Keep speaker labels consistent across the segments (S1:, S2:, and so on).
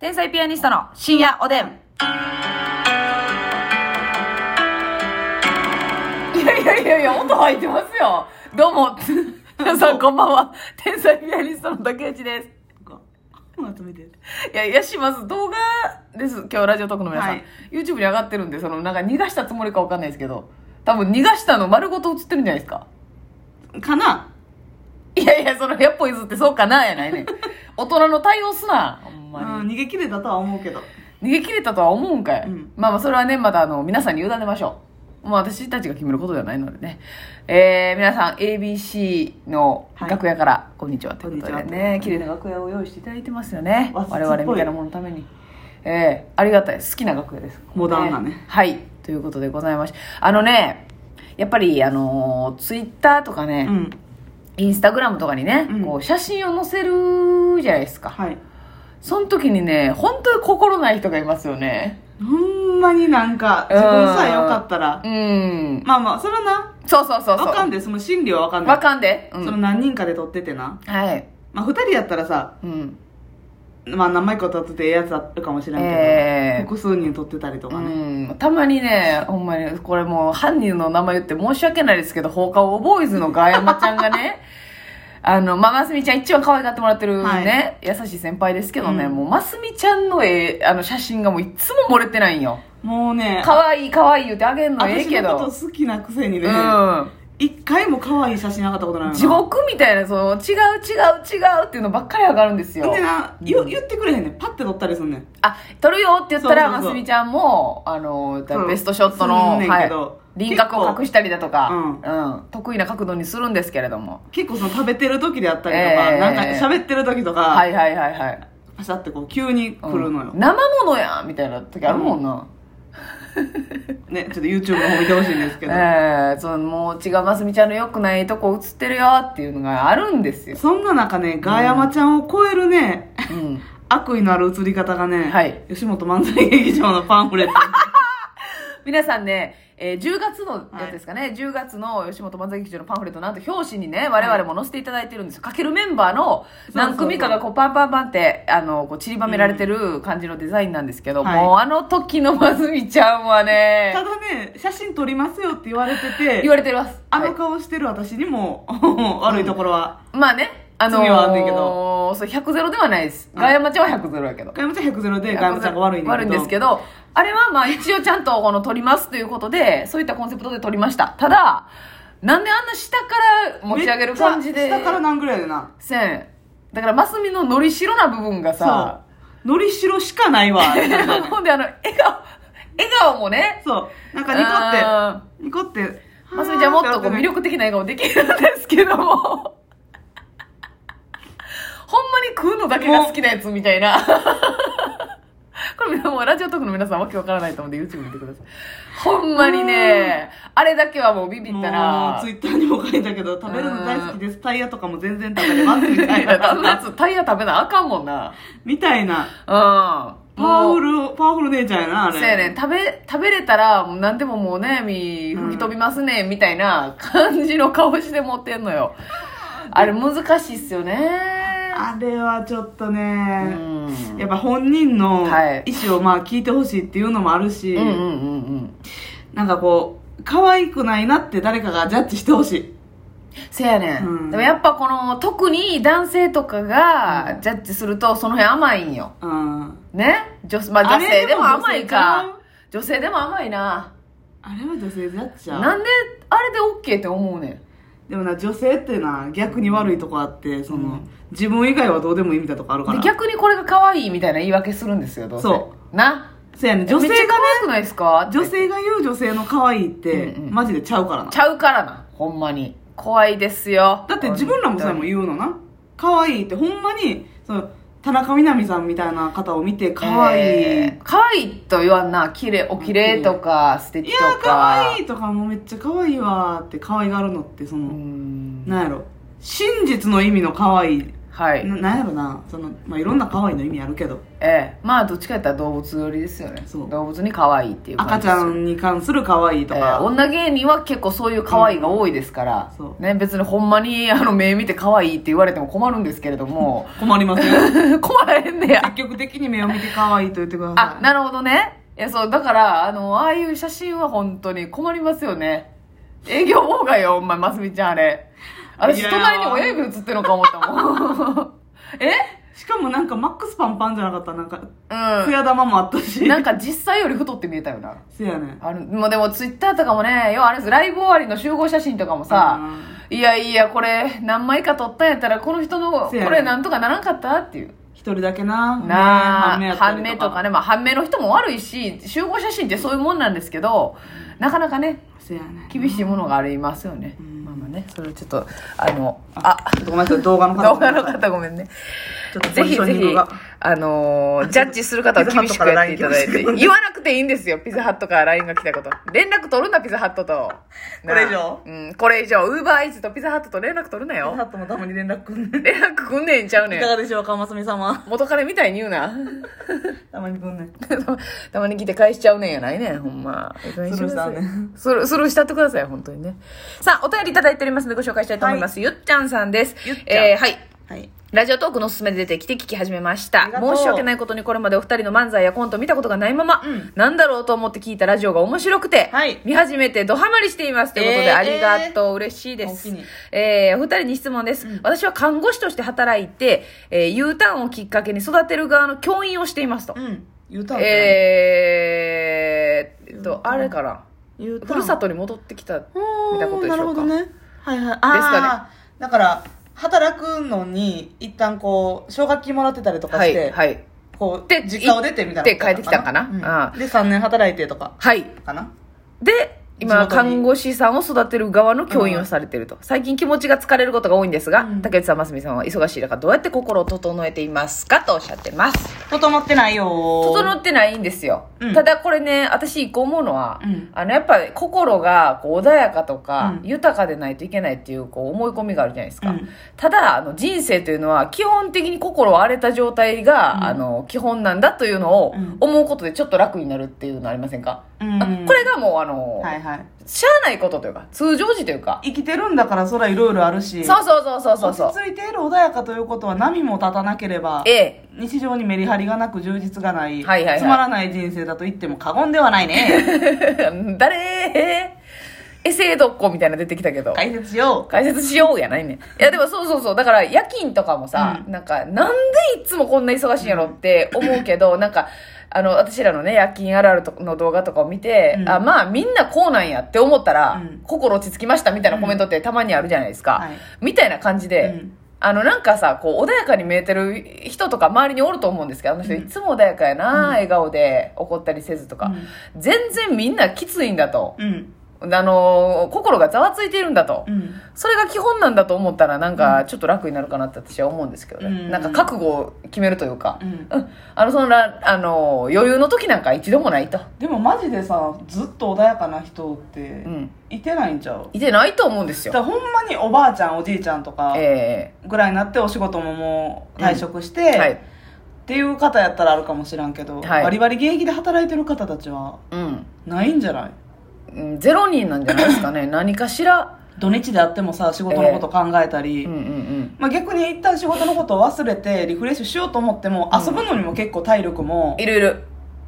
S1: 天才ピアニストの深夜おでん。いやいやいやいや、音入ってますよ。どう も。皆さんこんばんは。天才ピアニストの竹内です。
S2: まとめて。
S1: いや、いやします。動画です。今日、ラジオトークの皆さん。
S2: はい
S1: YouTube に上がってるんで、その、なんか逃がしたつもりかわかんないですけど、多分逃がしたの丸ごと映ってるんじゃないですか。
S2: かない
S1: やいや、その、100歩譲ってそうかな、やないねん。大人の対応すな、ほん
S2: う
S1: ま
S2: ん、逃げ切れたとは思うけど。
S1: に。逃げ切れたとは思うんかい。
S2: うん
S1: まあまあ、それはね、また、あの、皆さんに委ねましょう。もう私たちが決めることじゃないのでね。えー、皆さん、ABC の楽屋から、こんにちはということで
S2: こんにちはということ
S1: ね、
S2: で
S1: 綺麗な楽屋を用意していただいてますよね。
S2: 和室っ
S1: 我々
S2: ぽい
S1: みたいなもののために。えー、ありがたい。好きな楽屋です。
S2: モダンなね
S1: はい。ということでございまして。あのね、やっぱり、あのツイッターとかね、
S2: うん。
S1: インスタグラムとかにね、
S2: うん
S1: こう写真を載せるじゃないですか。
S2: はい。
S1: その時にね、本当に心ない人がいますよね。
S2: ほんまになんか、自分さえよかったら
S1: う。ん。
S2: まあまあ、それはな、
S1: そうそうそうそう。
S2: わかん
S1: で。
S2: で、その心理はわかんな
S1: わ
S2: い。
S1: かんで。う
S2: その
S1: ん。
S2: 何人かで撮っててな。
S1: はい。
S2: まあ、二人やったらさ、
S1: うん。
S2: まあ、何枚か撮っててええやつあるかもしれんけど、
S1: ええ
S2: 複数人撮ってたりと
S1: う
S2: かね。
S1: ん、たまにね、ほんまに、これもう犯人の名前言って申し訳ないですけど、放課後ボーイズのガヤマちゃんがね、 あの、まあ、ますみちゃん一番可愛がってもらってるね、優しい先輩ですけどね、
S2: うん
S1: もうますみちゃんの絵、あの写真がもういつも漏れてないんよ。
S2: もうね、
S1: 可愛い可愛い言うてあげんのええ
S2: 私
S1: け
S2: のこ
S1: ど
S2: と。好きなくせにね、
S1: うん。
S2: 一、回も可愛い写真上がったことないのな
S1: 地獄みたいな、その、違う違う違うっていうのばっかり上がるんですよ
S2: で。な、言言ってくれへんねん。パッて撮ったりすんねん。
S1: あ、撮るよって言ったら、
S2: そうそう
S1: ま
S2: そう
S1: すみちゃんも、あの、
S2: そう
S1: ベストショットの、
S2: すんねん
S1: は
S2: け
S1: い
S2: ど、
S1: 輪郭を隠したりだとか、う
S2: 結
S1: ん、得意な角度にするんですけれども。
S2: 結構その食べてる時であったりとか、
S1: ええ
S2: なんか喋ってる時とか、
S1: はいはいはいはい。
S2: パシャってこう急に
S1: う
S2: 来
S1: ん
S2: るのよ、
S1: 生ものやみたいな時あるもんな。
S2: ねちょっと YouTube の方見てほしいんですけど、
S1: ええその、もう違うますみちゃんの良くないとこ映ってるよっていうのがあるんですよ。
S2: そんな中ねガーヤマちゃんを超えるね、
S1: うん。
S2: 悪意のある映り方がね、
S1: はい
S2: 吉本漫才劇場のパン フレット
S1: 皆さんね、えー10月のやつですかね、10月の吉本漫才劇場のパンフレットなんと表紙にね我々も載せていただいてるんですよかけるメンバーの
S2: そうそうそう
S1: 何組かがこうパンパンパンってあのこう散りばめられてる感じのデザインなんですけど、
S2: はい
S1: もうあの時のまずみちゃんはね
S2: ただね写真撮りますよって言われて
S1: 言
S2: て
S1: われてます
S2: あ
S1: は
S2: の
S1: い
S2: 顔してる私にも 悪いところは、
S1: まあねあのー、
S2: 罪はあんねんけ
S1: そう100ゼロではないですガヤマちゃんは100ゼロやけど
S2: ガヤマちゃん100ゼロでガヤマちゃんが悪いんだ
S1: 悪いんですけど、あれはまあ一応ちゃんとこの撮りますということで、そういったコンセプトで撮りました。ただ、なんであんな下から持ち上げる感じ
S2: め
S1: で
S2: っちゃ下から何ぐらいでな
S1: せん。だから、マスミののりしろな部分がさ、
S2: そうのりしろしかな いわ
S1: ほんであの、笑顔、笑顔もね、
S2: そうなんかニコってニコって
S1: マスミちゃんもっとこう魅力的な笑顔できるんですけども、ほんまに食うのだけが好きなやつみたいな。これもうラジオトークの皆さんわけわからないと思うんで YouTube 見てください。ほんまにね、あれだけはもうビビったら、
S2: ツイッターにも書いたけど食べるの大好きですタイヤとかも全然食べれますみたい
S1: あんなや
S2: な
S1: つタイヤ食べなあかんもんな。
S2: みたいな
S1: うん。
S2: パワ
S1: もう
S2: フルパワフル姉ちゃんやなあれ
S1: そうやねん食べ、食べれたら、もう何でももうお悩み吹き飛びますね、みたいな感じの顔して持ってんのよ。あれ難しいっすよね。
S2: あれはちょっと
S1: う
S2: ね、
S1: ん。
S2: やっぱ本人の
S1: はい
S2: 意思をまあ聞いてほしいっていうのもあるし、
S1: うんうんうんうん。
S2: なんかこう可愛くないなって誰かがジャッジしてほしい
S1: せやねん。
S2: うん
S1: でもやっぱこの、特に男性とかがジャッジすると、その辺甘いんよ。
S2: うん
S1: ね女,、まあ、
S2: あ
S1: 女
S2: れ
S1: 性でも甘い
S2: でも
S1: か。女性でも甘いな。
S2: あれは女性ジャッジや
S1: なんで、あれで OK って思うねん。
S2: でもな女性ってな逆に悪いとこあってその、
S1: うん
S2: 自分以外はどうでもいいみたいなとこあるか
S1: で
S2: ら
S1: 逆にこれが可愛いみたいな言い訳するんですよ、どうせ。。
S2: そう
S1: な。
S2: そうやね女
S1: 女
S2: 性
S1: 性
S2: が
S1: が可愛くないですか
S2: 女性が言う女性の可愛いって、
S1: うんうん
S2: マジでちゃうからな
S1: ち。ゃうからなほんまに怖いですよ
S2: だって自分らもさえも言うのな。可愛いってほんまに、その、田中みな実さんみたいな方を見て可愛い。
S1: えー可愛いと言わんな綺麗お綺麗とか素敵
S2: い
S1: と
S2: や
S1: か
S2: ー可愛
S1: い
S2: いとかもうめっちゃ可愛いわーって可愛がるのってその、
S1: うーん
S2: なんやろ。真実の意味の可愛い
S1: はい、
S2: ななんやろなその、まあ、いろんな可愛いの意味あるけど
S1: ええまあどっちかやったら動物寄りですよね
S2: そう
S1: 動物に可愛いっていう
S2: 赤
S1: 感じ
S2: ち
S1: ですよ
S2: ゃんに関する可愛いと
S1: ええ
S2: か、
S1: 女芸人は結構そういう可愛いが多いですから、
S2: うんそう
S1: ね、別にほんまにあの目見て可愛いって言われても困るんですけれど も
S2: 困りま せん
S1: 困らへんねや
S2: 積極的に目を見て可愛いと言ってくださ
S1: あ
S2: い
S1: なるほどねいやそうだからあのああいう写真は本当に困りますよね営業妨害よお前ますみちゃんあれ私
S2: いやー
S1: 隣に親指映ってるのか思ったもん え
S2: しかもなんかマックスパンパンじゃなかったなんか
S1: う
S2: 艶玉もあったし
S1: んなんか実際より太って見えたよな
S2: せやね
S1: あるもうでもツイッターとかもね要はあれですライブ終わりの集合写真とかもさ、いやいやこれ何枚か撮ったんやったらこの人のこ
S2: せやね
S1: れなんとかならんかったっていう
S2: 一人だけな
S1: なあ、
S2: ね
S1: 判明とかね、まあ、判明の人も悪いし、集合写真ってそういうもんなんですけど、なかなかね、
S2: せやね
S1: 厳しいものがありますよね。
S2: うん
S1: まあまあね、それちょっと、あの、あ、
S2: ちょっとごめんなさい動画の方
S1: 動画の方ごめんね。
S2: ちょっと
S1: ぜ
S2: ポジ
S1: ひ
S2: ショ
S1: ぜ
S2: ニン
S1: ひ
S2: グが、
S1: あのージャッジする方は厳しくやっていただい
S2: ピザハット
S1: て
S2: から LINE 来まし。た
S1: 言わなくていいんですよ、ピザハットから LINE が来たこと。連絡取るな、ピザハットと。なあ
S2: これ以上
S1: うん、これ以上、ウーバーイーツとピザハットと連絡取るなよ
S2: ハ。ットもたまに連絡くんね
S1: 連絡くんねんちゃうね
S2: い
S1: ん
S2: か。がでしょうかますみ様
S1: 元彼みたいに言うな。
S2: たまにくんね
S1: たまに来て返しちゃうねんやないねん、ほんま。ええ加減にしてください
S2: スルーしたね
S1: スルースルーしたってください、本当にね。さあ、お便りいただいておりますのでご紹介したいと思います。ゆっちゃんさんです。
S2: ゆっちゃん
S1: えーはい。
S2: はい
S1: ラジオトークのおすすめで出てきて聞き始めました
S2: ありがとう
S1: 申し訳ないことにこれまでお二人の漫才やコントを見たことがないまま、
S2: うん
S1: なんだろうと思って聞いたラジオが面白くて、
S2: はい
S1: 見始めてドハマりしていますということで、
S2: えー
S1: ありがとう嬉しいです
S2: おおきに
S1: えーお二人に質問です、私は看護師として働いて、えー U ターンをきっかけに育てる側の教員をしていますと、
S2: うん言うたんかな
S1: えーっと、あれかな。
S2: 言うたん
S1: ふるさとに戻ってきた。う見たことでしょうか
S2: なるほどねはいはい
S1: ですか
S2: あーだから働くのに一旦こう奨学金もらってたりとか
S1: は
S2: して、
S1: い、はい。
S2: こう
S1: で
S2: 実家を出てみたいなこと
S1: 行って帰ってきたんかなあ
S2: うんで3年働いてとか
S1: はい。
S2: かな
S1: で、今、
S2: 地元に
S1: 看護師さんを育てる側の教員をされてると。最近気持ちが疲れることが多いんですが、
S2: うん
S1: 竹内さん、ますみさんは忙しい中、どうやって心を整えていますかとおっしゃってます。
S2: 整ってないよ
S1: 整
S2: 整
S1: ってないんですよ。
S2: うん
S1: ただこれね、私一個思うのは、
S2: うん
S1: あの、やっぱり心がこう穏やかとか、
S2: うん
S1: 豊かでないといけないっていう、こう、思い込みがあるじゃないですか。
S2: うん
S1: ただ、あの、人生というのは、基本的に心を荒れた状態が、
S2: うん
S1: あの、基本なんだというのを
S2: うん、
S1: 思うことでちょっと楽になるっていうのありませんか、あこれがもう、あの、
S2: はいはい
S1: しゃあないことというか、通常時というか、
S2: 生きてるんだからそらいろいろあるし
S1: そうそうそうそうそうそう。
S2: 落ち着いている穏やかということは波も立たなければ
S1: え
S2: 日常にメリハリがなく充実がない,、
S1: はいはいはい
S2: つまらない人生だと言っても過言ではない ね
S1: え、誰 エセドッコみたいなの出てきたけど。
S2: 解説しよ
S1: 解説しようやないねん。いや、でもそうそうそう。だから、夜勤とかもさ、
S2: う
S1: なんか、なんでいつもこんな忙しいんやろって思うけ ど、なんか、あの、私らのね、夜勤あるあるとの動画とかを見て、
S2: うん
S1: あ、まあ、みんなこうなんやって思ったら、
S2: うん
S1: 心落ち着きましたみたいなコメントってたまにあるじゃないですか。
S2: はい
S1: みたいな感じ
S2: う、
S1: で、
S2: うん
S1: あの、なんかさ、こう、穏やかに見えてる人とか周りにおると思うんですけど、あの人
S2: うん
S1: いつも穏やかやな、
S2: うん
S1: 笑顔で怒ったりせずとか、全然みんなきついんだと。
S2: うん
S1: あのー心がざわついているんだと。
S2: うん
S1: それが基本なんだと思ったら、なんか、ちょっと楽になるかなって私は思うんですけどね。
S2: うん
S1: なんか、覚悟を決めるというか
S2: う、ん
S1: うんあの、そのら、あのー余裕の時なんか一度もないと。
S2: でもマジでさずっと穏やかな人って
S1: うん。
S2: いてないんちゃう、
S1: いてないと思うんです
S2: だ
S1: よ
S2: か。らほんまにおばあちゃんおじいちゃんとか
S1: え
S2: ぐらいになってお仕事ももう退職して、
S1: えはい。
S2: っていう方やったらあるかもしらんけど、
S1: はい
S2: バリバリ現役で働いてる方たちは
S1: うん
S2: ないんじゃない
S1: うん。ゼロ人なんじゃないですか ね。何かしら。
S2: 土日であってもさ仕事のこと考えたり、
S1: うんうんうん。
S2: まあ、逆に一旦仕事のことを忘れてリフレッシュしようと思っても
S1: うん
S2: 遊ぶのにも結構体力も、
S1: いろいろ。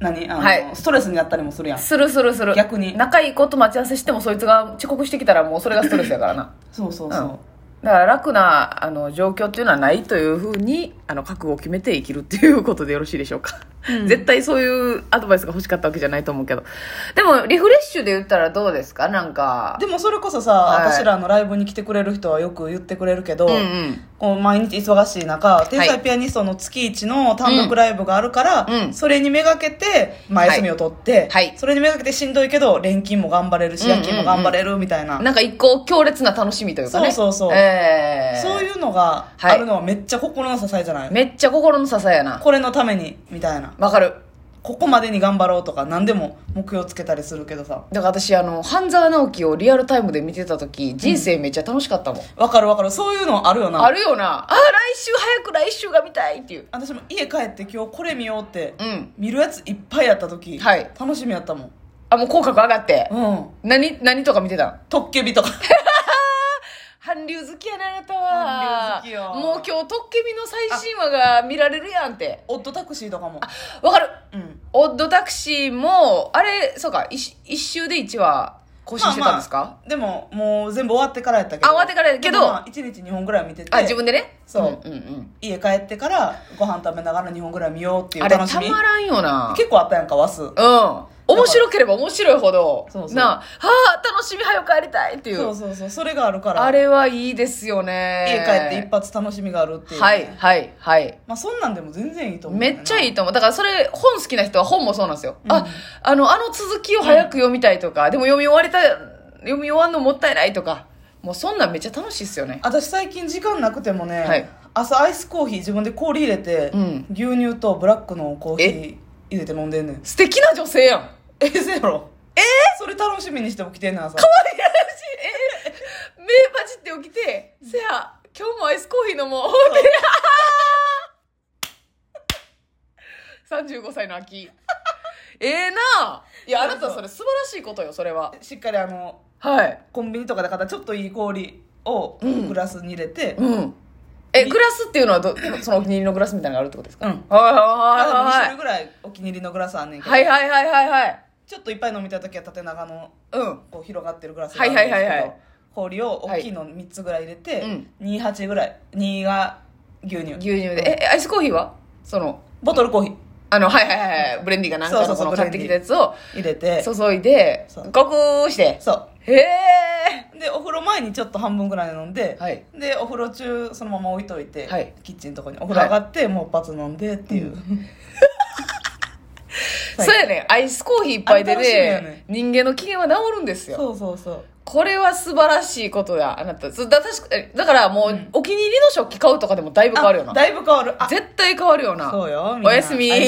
S2: 何あの、
S1: はい
S2: ストレスになったりもするやん
S1: するするする
S2: 逆に
S1: 仲いい子と待ち合わせしてもそいつが遅刻してきたらもうそれがストレスやからな
S2: そうそうそう、
S1: うんだから楽なあの状況っていうのはないというふうにあの覚悟を決めて生きるっていうことでよろしいでしょうか、
S2: うん
S1: 絶対そういうアドバイスが欲しかったわけじゃないと思うけどでもリフレッシュで言ったらどうですかなんか
S2: でもそれこそさ、
S1: はい
S2: 私らのライブに来てくれる人はよく言ってくれるけど、
S1: うんうん
S2: こう毎日忙しい中天才ピアニストの月一の単独ライブがあるから、
S1: うんうん
S2: それにめがけて前休みを取って、
S1: はい
S2: それにめがけてしんどいけど錬金も頑張れるし
S1: うんうんうん
S2: 夜勤も頑張れるみたいな、
S1: なんか一個強烈な楽しみというかね
S2: そうそうそう
S1: ええ
S2: そういうのが
S1: はい
S2: あるのはめっちゃ心の支えじゃない、
S1: めっちゃ心の支えやな
S2: これのためにみたいな
S1: わかる
S2: ここまでに頑張ろうとか何でも目標つけたりするけどさ
S1: だから私あの半沢直樹をリアルタイムで見てた時人生めっちゃ楽しかったもん、
S2: わかるわかるそういうのあるよな
S1: あるよなあー来週早く来週が見たいっていう
S2: 私も家帰って今日これ見ようって
S1: うん
S2: 見るやついっぱいやった時、
S1: はい
S2: 楽しみやったもん
S1: あもう口角上がって、
S2: うん
S1: 何何とか見てたん
S2: トッケ ビとか
S1: 韓流好きやなあなたは
S2: 韓流好きよ
S1: もう今日トッケビの最新話が見られるやんって
S2: オットタクシーとかも
S1: わかる
S2: うん
S1: オッドタクシーもあれそうか一一周で1話更新してたんですか、
S2: まあまあでももう全部終わってからやったけど
S1: あ終わってからやけど
S2: でもまあ1日2本ぐらい見てて
S1: あ自分でね
S2: そう
S1: うんうんうん
S2: 家帰ってからご飯食べながら2本ぐらい見ようってい
S1: あ
S2: う
S1: れ
S2: 楽したみ
S1: まらんよな
S2: 結構あったやんかワス
S1: うん面白ければ面白いほど
S2: そうそう
S1: なあはあ楽しみ早く帰りたいっていう
S2: そうそうそうそれがあるから
S1: あれはいいですよ
S2: 家
S1: ね
S2: 帰って一発楽しみがあるっていう、
S1: はいはいはい
S2: まあそんなんでも全然いいと思う
S1: めっちゃい
S2: い
S1: いと思うだからそれ本好きな人は本もそうなんですよ、
S2: うん
S1: ああのあの続きを早く読みたいとか、でも読み終わりたい読み終わんのもったいないとかもうそんなんめっちゃ楽しいっすよね
S2: 私最近時間なくてもね、
S1: はい
S2: 朝アイスコーヒー自分で氷入れて、
S1: うん
S2: 牛乳とブラックのコーヒー入れて飲んでんねん
S1: 素敵な女 性やん可
S2: ええせやろえ それ楽しみにして起きてんねん朝
S1: 愛らしいえ目パチって起きて「せや今日もアイスコーヒー飲もう」 って35歳の秋 ええなあいやあなたそれ素晴らしいことよそれは
S2: しっかりあの
S1: はい
S2: コンビニとかで買ったちょっといい氷を
S1: うん
S2: グラスに入れて、
S1: うんえグラスっていうのはどそのお気に入りのグラスみたいなのがあるってことですか
S2: うん
S1: はい
S2: 2種
S1: は
S2: 類ぐらいお気に入りのグラスあんねんけど、
S1: いはいはいはいはいはい
S2: ちょっといっぱい飲みたい時は縦長の
S1: うん
S2: こう広がってるグラスがあるんですけど、
S1: はいはいはいはい
S2: 氷を大きいの3つぐらい入れて、
S1: はいうん
S2: 28ぐらい2が牛乳
S1: 牛乳でええアイスコーヒーはその
S2: ボトルコーヒー
S1: あのはいはいはいはいブレンディーがなんか
S2: そ
S1: の
S2: う
S1: そ
S2: そ
S1: う
S2: そう
S1: の買ってき
S2: ブ
S1: た
S2: レ
S1: やつを
S2: 入れてそう
S1: 注いで
S2: そう
S1: ゴクーしてへえ
S2: でお風呂前にちょっと半分ぐらい飲んで、
S1: はい
S2: でお風呂中そのまま置いといて、
S1: はい
S2: キッチンのとこにお風呂上がって、もう一発飲んでっていう、 はい
S1: そうやねアイスコーヒーいっぱいで
S2: あれ楽しみや
S1: ね
S2: ね
S1: 人間の機嫌は治るんですよ
S2: そうそうそう
S1: これは素晴らしいことだあなたそうだ確かだからもうお気に入りの食器買うとかでもだいぶ変わるよな
S2: あだいぶ変わるあ
S1: 絶対変わるよな
S2: そうよみんな
S1: おやすみ
S2: おやすみ